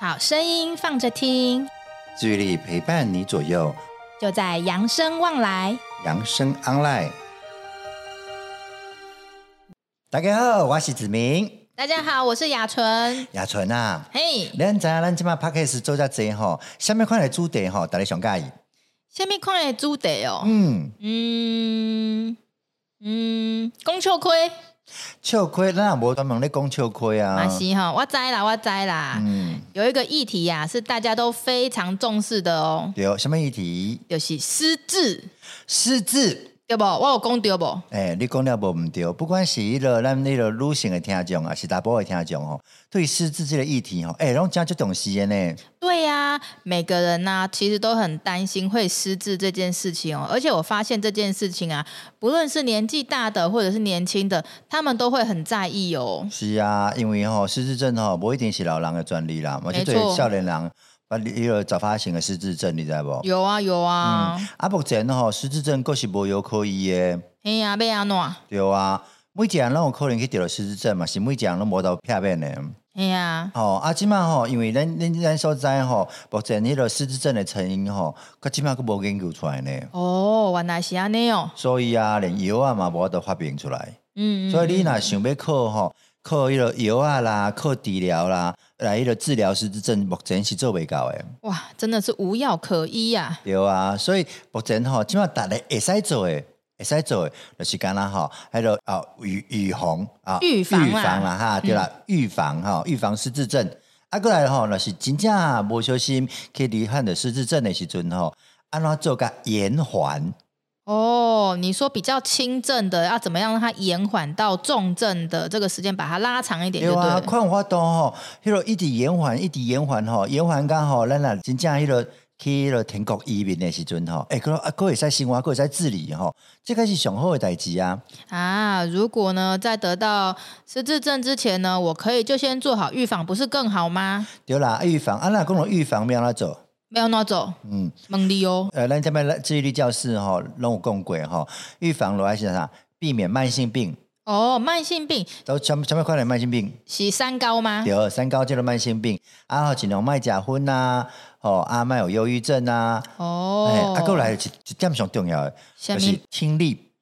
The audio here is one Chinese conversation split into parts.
好声音放着听，治愈力陪伴你左右，就在扬声望来。养生 online。大家好，我是子明，大家好，我是雅纯。雅纯啊。嘿，咱知影咱即马 p a c a s 做遮济吼，什么款的主题吼，大家上介意？下面看的主题哦，嗯，嗯嗯，龚秋亏笑亏，咱也无专门咧讲笑亏啊马。西哈，我栽啦，我栽啦。嗯，有一个议题呀、是大家都非常重视的哦，对，什么议题？就是失智，失智。对不？我有讲对不？诶、你讲了无毋对，不管是迄、落咱迄落女性的听众，还是查甫的听众吼，对失智这个议题吼，诶、拢真足重视的呢。对呀、每个人呐、其实都很担心会失智这件事情哦。而且我发现这件事情啊，不论是年纪大的或者是年轻的，他们都会很在意哦。是啊，因为吼、失智症吼、无一定是老人的专利啦，而且对没错少年人，把迄落早发型的失智症，你知无？有啊，有啊，啊，目前吼、失智症阁是无药可医的，哎呀、被安诺，对啊。每一个人拢有可能去得到失智症嘛，是每一个人拢无到片面的。哎呀、吼、啊，即满吼，因为咱咱咱所在吼，目前迄个失智症的成因吼，佮即满佫无研究出来呢。哦，原来是安尼哦，所以啊，连药啊嘛无法度发明出来。嗯，嗯所以你若想要靠吼，靠迄个药啊啦，靠治疗啦，来迄个治疗失智症，目前是做袂到的。哇，真的是无药可医呀、对啊，所以目前吼，即马逐个会使做诶，会使做诶，就是干啦吼，迄个啊预预防啊预防嗯预啦防啦哈，对啦，预防吼，预防失智症。啊，过来吼，若是真正无小心去罹患着失智症的时阵吼，安怎做甲延缓？哦，你说比较轻症的要怎么样让它延缓到重症的这个时间，把它拉长一点就对对啊，了。看有法度吼，迄落一直延缓，一直延缓吼，延缓到吼，咱若真正迄落去迄落天国移民的时阵吼，哎、欸，个啊，佫会使生活，佫会使治理吼，这个是上好的代志啊。啊，如果呢，在得到失智症之前呢，我可以就先做好预防，不是更好吗？对啦，啊预防啊，那讲到预防要安怎做？没有拿走，嗯，蒙利哦。呃，咱这边治愈率教室吼，拢有讲过吼，预防落来是啥？避免慢性病，哦，慢性病都什么什么款的慢性病？是三高吗？对，啊三高这个慢性病，啊，吼，尽量卖食薰啊，吼，啊，卖有忧郁症啊，哎、哦，啊，过来一一点上重要的，下就是嗯面听力，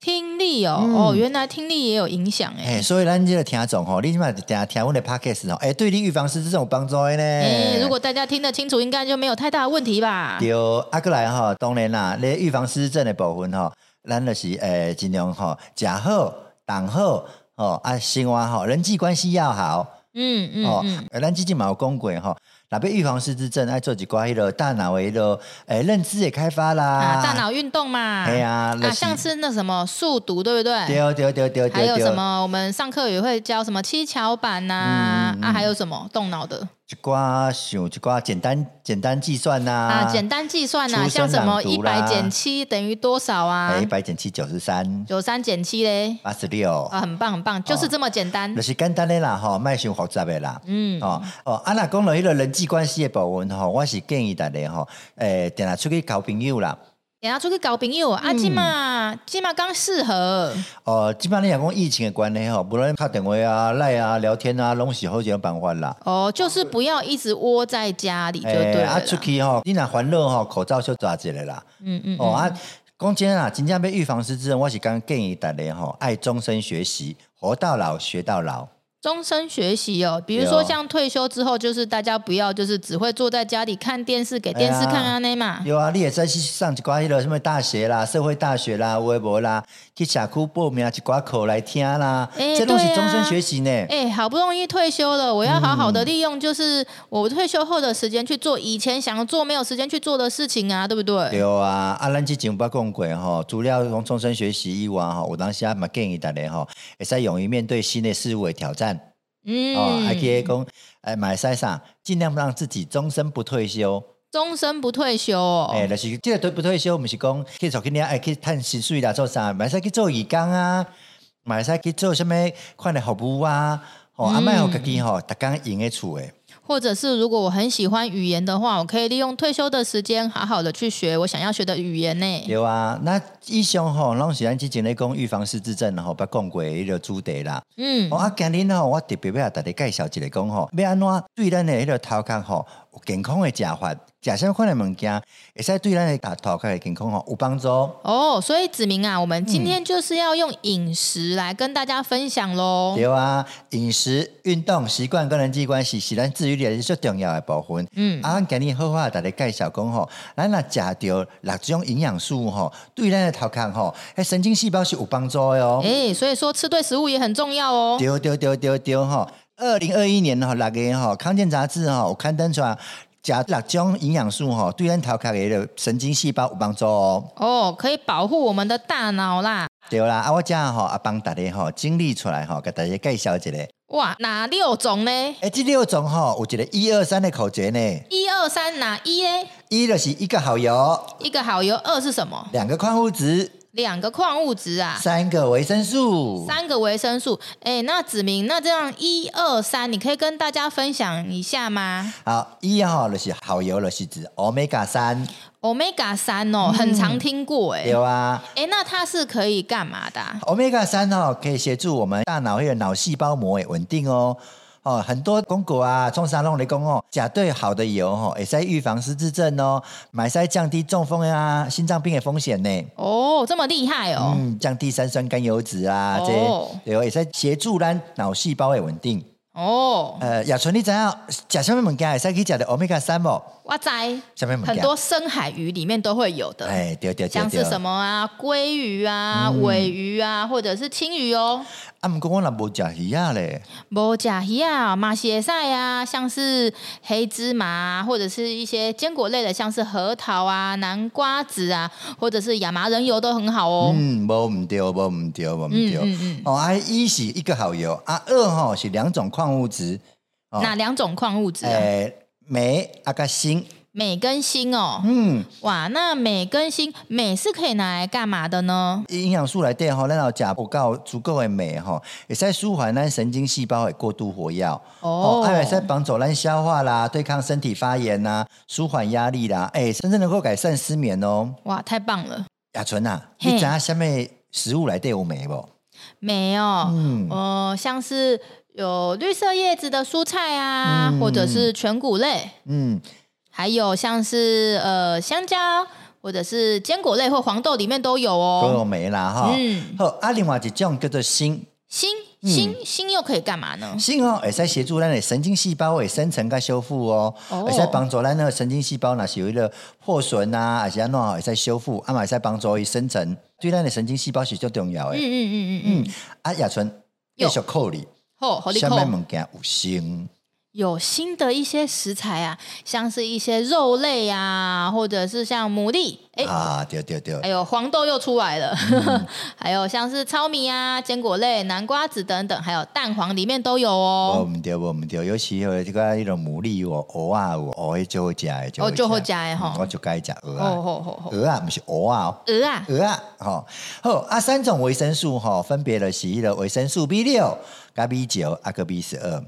听力哦，哦，原来听力也有影响哎、哎。所以咱这个听众吼，你起码听听阮的 podcast 吼，哎、对你预防失智症有帮助的呢。哎，如果大家听得清楚，应该就没有太大的问题吧？对，啊，过来吼，当然啦，咧预防失智症的部分吼，咱就是诶尽量吼，食好、动好，吼啊，生活吼，人际关系要好，嗯吼嗯嗯，、呃咱之前嘛有讲过吼。若要预防失智症，爱做一寡迄落大脑的迄落诶认知的开发啦，啊，大脑运动嘛。嘿啊那啊，是上次那什么速读，对不对？对对对对对，还有对什么？我们上课也会教什么七巧板呐、嗯嗯啊，还有什么动脑的一寡想一寡简单简单计算呐、啊简单计算呐、出像生什么朗一读百啦减七等于多少啊哎，一？百减七九十三，九三减七嘞，八十六，啊，很棒很棒，就是这么简单哦就。是简单的啦吼，莫想复杂的啦。嗯，哦哦，啊，若讲到迄个人际关系的部分吼，我是建议大家吼，诶、定下出去交朋友啦。等下出去搞朋友啊，嗯起码起码刚适合哦，即摆你若讲疫情的关系吼，无论敲电话啊、赖啊、聊天啊，拢是好一种办法啦。哦，就是不要一直窝在家里就对诶了啦。啊，出去吼，你若烦恼吼，口罩小抓一个啦。嗯嗯，哦啊，讲真啊，真正要预防失智，我是刚建议大家吼，爱终身学习，活到老学到老。终身学习哦，比如对哦说像退休之后，就是大家不要就是只会坐在家里看电视，给电视哎呀看啊那嘛。有啊，你也再去上一寡迄落什么大学啦、社会大学啦、微博啦，去社区报名一寡课来听啦，欸这拢是对啊终身学习呢。 哎、好不容易退休了，我要好好嗯的利用，就是我退休后的时间去做以前想要做没有时间去做的事情啊，对不对？对啊，啊，咱之前捌讲过吼，除了从终身学习以外吼，有当时啊嘛建议大家吼，会使勇于面对新的事物的挑战、嗯，哦，还可以讲，哎，买使啥，尽量让自己终身不退休。终身不退休哦。诶、就是即个退不退休，毋是讲去做去领哎爱去趁薪水啦，做啥，嘛会使去做义工啊，嘛会使去做啥物款的服务啊，吼、啊，嗯莫互家己吼，逐工用喺厝诶，或者是如果我很喜欢语言的话，我可以利用退休的时间，好好的去学我想要学的语言呢。对啊，那以上吼，拢是咱之前咧讲预防失智症吼，捌讲过迄个主题啦。嗯哦，啊，今日吼，我特别要甲大家介绍一个讲吼，要安怎对咱的迄个头壳吼有健康的食法，食啥款的物件，会使对咱的大头壳的健康吼有帮助。哦，所以子明啊，我们今天就是要用饮食来跟大家分享喽。对啊，饮食、运动、习惯跟人际关系是咱治愈力的最重要的部分。嗯啊，咱今日好好甲大家介绍讲吼，咱若食着六种营养素吼，对咱的头壳吼，迄神经细胞是有帮助的哦。哎、所以说吃对食物也很重要哦。丢丢丢丢丢哈！二零二一年哈，六月哈，康健杂志哈，有刊登出来，食六种营养素哈，对咱头壳的神经细胞有帮助哦。哦，可以保护我们的大脑啦。对啦，啊，我这吼啊帮大家吼整理出来吼，给大家介绍一下。哇，哪六种呢？诶，这六种吼，有一个一二三的口诀呢，一二三哪一呢？一就是一个好油，一个好油，二是什么？两个矿物质，两个矿物质啊，三个维生素。三个维生素。哎，那子明，那这样一二三，你可以跟大家分享一下吗好，一吼就是好油，就是指 omega 三， ？Omega 三嗯哦，很常听过哎对。啊。哎，那它是可以干嘛的啊、 Omega 三哦，可以协助我们大脑还有脑细胞膜也稳定哦。哦，很多公狗啊、中沙弄雷公哦，甲对好的油哦，也在预防失智症哦，买在降低中风啊、心脏病的风险呢。哦，这么厉害哦。嗯，降低三酸甘油脂啊，哦这对哦，也在协助咱脑细胞的稳定。哦，呃，亚纯，你知道吃什么物件会使去吃的 Omega 三哦不？哇塞，什么物件？很多深海鱼里面都会有的。嗯哎，对对对对。嗯像是什么啊，鲑鱼啊、尾鱼啊，或者是青鱼哦。啊，不过我若无吃鱼啊嘞。无甲鱼啊，马血赛啊，像是黑芝麻、啊，或者是一些坚果类的，像是核桃啊、南瓜子啊，或者是亚麻仁油都很好哦。嗯，无毋对，无毋对，无毋对。嗯嗯嗯哦，啊，一是一个好油，啊，二吼是两种矿物质，哦哎哪两种矿物质、啊？诶、镁啊甲锌。镁跟锌哦。嗯，哇，那镁跟锌，镁是可以拿来干嘛的呢？营养素来底吼，咱有食有够足够的镁吼，会使舒缓咱神经细胞的过度活跃。哦啊会使帮助咱消化啦，对抗身体发炎啦，舒缓压力啦，诶、甚至能够改善失眠哦。哇，太棒了！亚纯啊，嘿你知影虾米食物来底有镁无？镁哦，嗯呃，像是有绿色叶子的蔬菜啊，嗯或者是全谷类，嗯，还有像是呃香蕉，或者是坚果类或黄豆里面都有都有哦。镁啦哈。嗯好，啊，嗯另外一种叫做锌。锌锌锌又可以干嘛呢？锌哦，会使协助咱的神经细胞的生成跟修复哦，哦会使帮助咱那个神经细胞若是有一个破损啊，还是安怎好会使修复，啊嘛会使帮助伊生成，对咱的神经细胞是最重要的。嗯嗯嗯嗯嗯嗯，啊，亚纯继有续扣你，后好利下扣面物件有锌，有新的一些食材啊，像是一些肉类啊，或者是像牡蛎，哎、啊，嗯对对对，还有黄豆又出来了， 还有像是糙米啊、坚果类、南瓜子等等，还有蛋黄里面都有我哦。们对我们对，尤其有这个迄种牡蛎哦，蚵啊有蚵的就好食的，哦就好食吃的吼嗯我就该食蚵哦啊，吼吼吼，蚵啊不是蚵啊哦。鹅啊，鹅啊，吼、好啊，三种维生素吼、分别就是迄个维生素 B 六、甲 B 九、啊个 B 十二。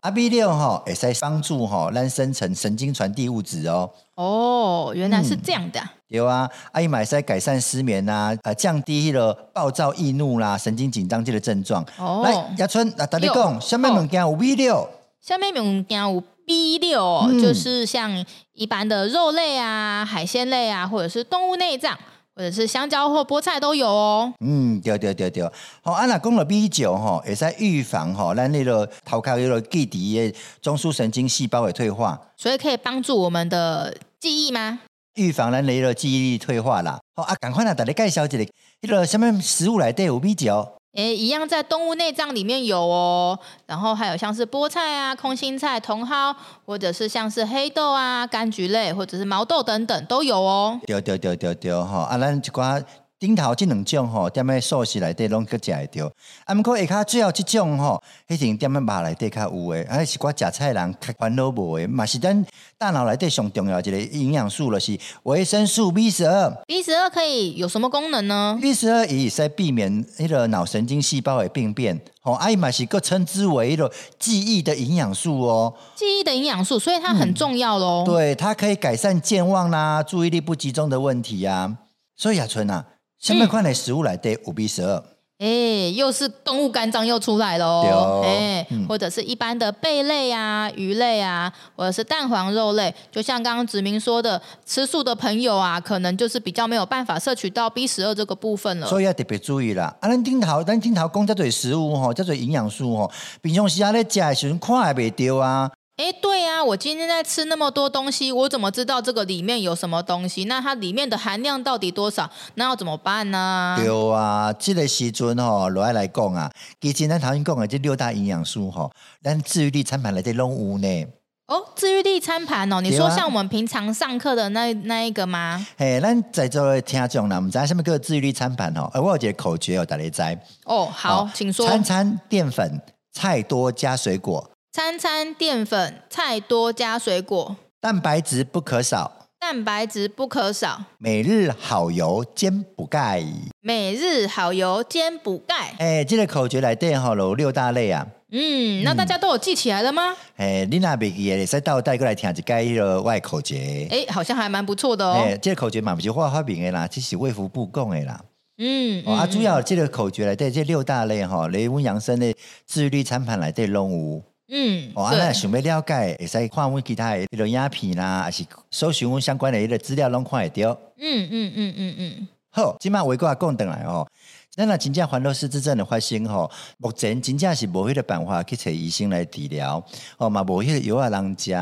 啊 B 六吼，会使帮助吼、咱生成神经传递物质哦，哦，原来嗯是这样的啊、对啊，啊伊嘛会使改善失眠啊，啊降低迄个暴躁易怒啦、神经紧张这个症状。哦来，亚春啊，大家六讲，什么物件有 B 六？下面我们讲 B 六、哦嗯就是像一般的肉类啊、海鲜类啊，或者是动物内脏，或者是香蕉或菠菜都有哦。嗯，对对对对，好，啊，若讲了 B 九吼，会使预防吼咱迄个头壳迄个记忆的中枢神经细胞的退化。所以可以帮助我们的记忆吗？预防咱的记忆力退化啦。好啊，赶快来大家介绍一下，迄个什么食物内底有米酒？诶，一样在动物内脏里面有哦，然后还有像是菠菜啊、空心菜、茼蒿，或者是像是黑豆啊、柑橘类，或者是毛豆等等都有哦。对对对对对吼，啊，咱一寡顶头即两种吼，踮咧素食内底拢阁食会着。啊，毋过下骹最后即种吼，迄定踮咧肉内底较有诶，啊是我食菜的人较烦恼无诶，嘛是咱大脑内底上重要的一个营养素咯，就是维生素 B 十二。 B 十二可以有什么功能呢？ B 十二伊会使避免迄个脑神经细胞的病变，吼、啊伊嘛是佫称之为迄个记忆的营养素哦。记忆的营养素，所以它很重要喽。对，它可以改善健忘啦、注意力不集中的问题呀、所以雅纯啊，下面款的食物来对五 B 十二，哎、又是动物肝脏又出来了对哦，哦哎、或者是一般的贝类啊、鱼类啊，或者是蛋黄肉类，就像刚刚子明说的，吃素的朋友啊，可能就是比较没有办法摄取到 B 十二这个部分了。所以要特别注意啦。啊，咱顶头咱顶头讲遮多食物吼，遮多营养素吼，平常时啊咧食的时阵看也袂着啊。哎，对呀、我今天在吃那么多东西，我怎么知道这个里面有什么东西？那它里面的含量到底多少？那要怎么办呢？对啊，这个时阵吼，落来来讲啊，其实咱头先讲的这六大营养素吼，咱治愈力餐盘内底拢有呢。哦，治愈力餐盘哦，你对啊说像我们平常上课的那那一个吗？嘿，咱在座的听众啦，毋知影什么叫治愈力餐盘吼，而哎我有一个口诀哦，大家知。哦，好，请说。餐餐淀粉，菜多加水果，餐餐淀粉，菜多加水果，蛋白质不可少，蛋白质不可少，每日好油兼补钙。每日好油兼补钙。哎、这个口诀来底吼有六大类啊。嗯，那大家都有记起来了吗？哎、你若袂记诶，使倒带过来听一解迄个我的口诀。哎、好像还蛮不错的哦哎、。这个口诀嘛，不是我发明的啦，这是卫福部讲的啦。嗯，哦，啊，嗯主要这个口诀来底这六大类吼，雷温养生的自律餐盘来底拢有。嗯，哦，啊，对咱若想要了解，会使看阮其他的迄个影片啦，还是搜寻阮相关的迄个资料，拢看会到。嗯嗯嗯嗯嗯，好，即马维哥也讲转来吼，咱若真正烦恼失智症的发生吼，目前真正是无迄个办法去找医生来治疗，哦嘛无迄个药啊通食，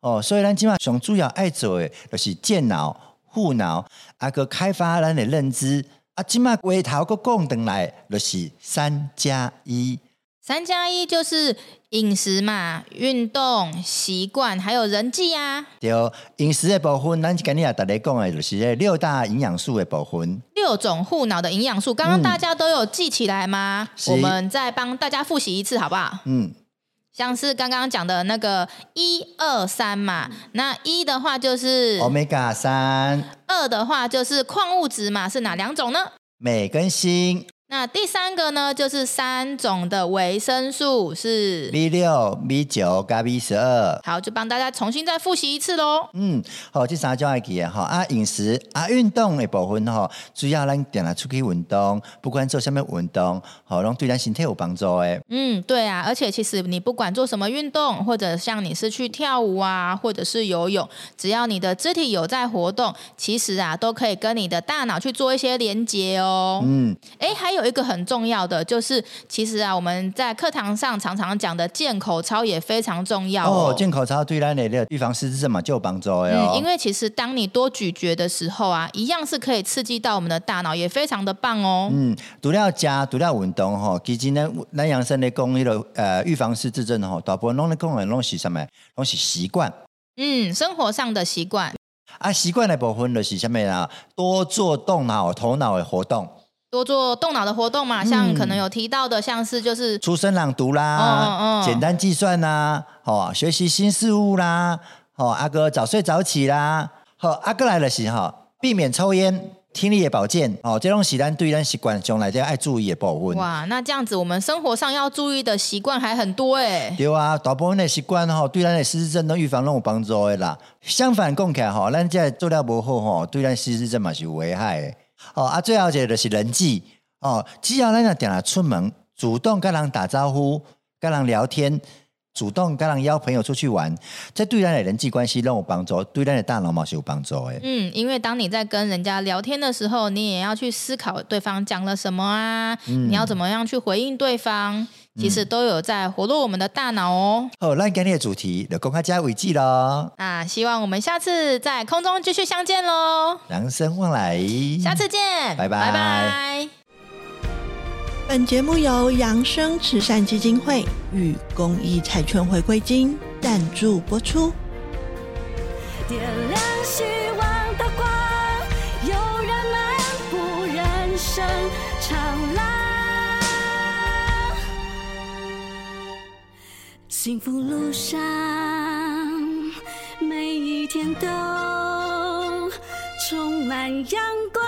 哦，所以咱即马上主要爱做的就是健脑、护脑，啊个开发咱的认知，啊即马回头佫讲转来就是三加一。三加一就是饮食嘛、运动习惯，还有人际啊呀、对，饮食的部分，咱今日也逐个讲的，就是这六大营养素的部分。六种护脑的营养素，刚刚大家都有记起来吗？嗯是我们再帮大家复习一次，好不好？嗯，像是刚刚讲的那个一二三嘛，那一的话就是欧米伽三、二的话就是矿物质嘛，是哪两种呢？镁跟锌、那第三个呢，就是三种的维生素是 B 六、B 九加 B 十二。好，就帮大家重新再复习一次喽。嗯，好、这三种爱记的吼啊，饮食啊，运动的部分吼、主要咱定来出去运动，不管做什么运动，吼、拢对咱身体有帮助的。嗯，对啊，而且其实你不管做什么运动，或者像你是去跳舞啊，或者是游泳，只要你的肢体有在活动，其实啊都可以跟你的大脑去做一些连接哦。嗯，诶，还有一个很重要的就是，其实啊，我们在课堂上常常讲的健口操也非常重要哦。哦，进口操对咱的那个预防失智症嘛就有帮助的哦。嗯，因为其实当你多咀嚼的时候啊，一样是可以刺激到我们的大脑，也非常的棒哦。嗯，除了食，除了运动吼，其实咱咱养生咧讲迄个呃预防失智症吼，大部分拢咧讲的拢是什么？拢是习惯。嗯，生活上的习惯，啊，习惯的部分就是什么啦？多做动脑头脑的活动，多做动脑的活动嘛，嗯像可能有提到的，像是就是出声朗读啦，嗯嗯嗯简单计算啦，吼、学习新事物啦，吼、阿哥早睡早起啦，吼、阿哥来了是吼、避免抽烟，听力的保健，哦，这种是咱对咱习惯上来这爱注意的部分。哇，那这样子我们生活上要注意的习惯还很多哎。对啊，大部分的习惯吼，对咱的失智症都预防拢有帮助的啦。相反讲起来吼，咱这做了无好吼，对咱失智症嘛是有危害的。哦啊，最后一个就是人际哦，只要咱若定了出门，主动跟人打招呼，跟人聊天，主动跟人邀朋友出去玩，这对咱的人际关系拢有帮助，对咱的大脑嘛是有帮助的。嗯，因为当你在跟人家聊天的时候，你也要去思考对方讲了什么啊，你要怎么样去回应对方，其实都有在活络我们的大脑哦。好，咱今日的主题就讲到这为止咯，那希望我们下次在空中继续相见喽，人生望来，下次见，拜拜拜拜本节目由扬生慈善基金会与公益彩券回馈金赞助播出。点亮希望的光，有人漫步人幸福路上每一天都充满阳光。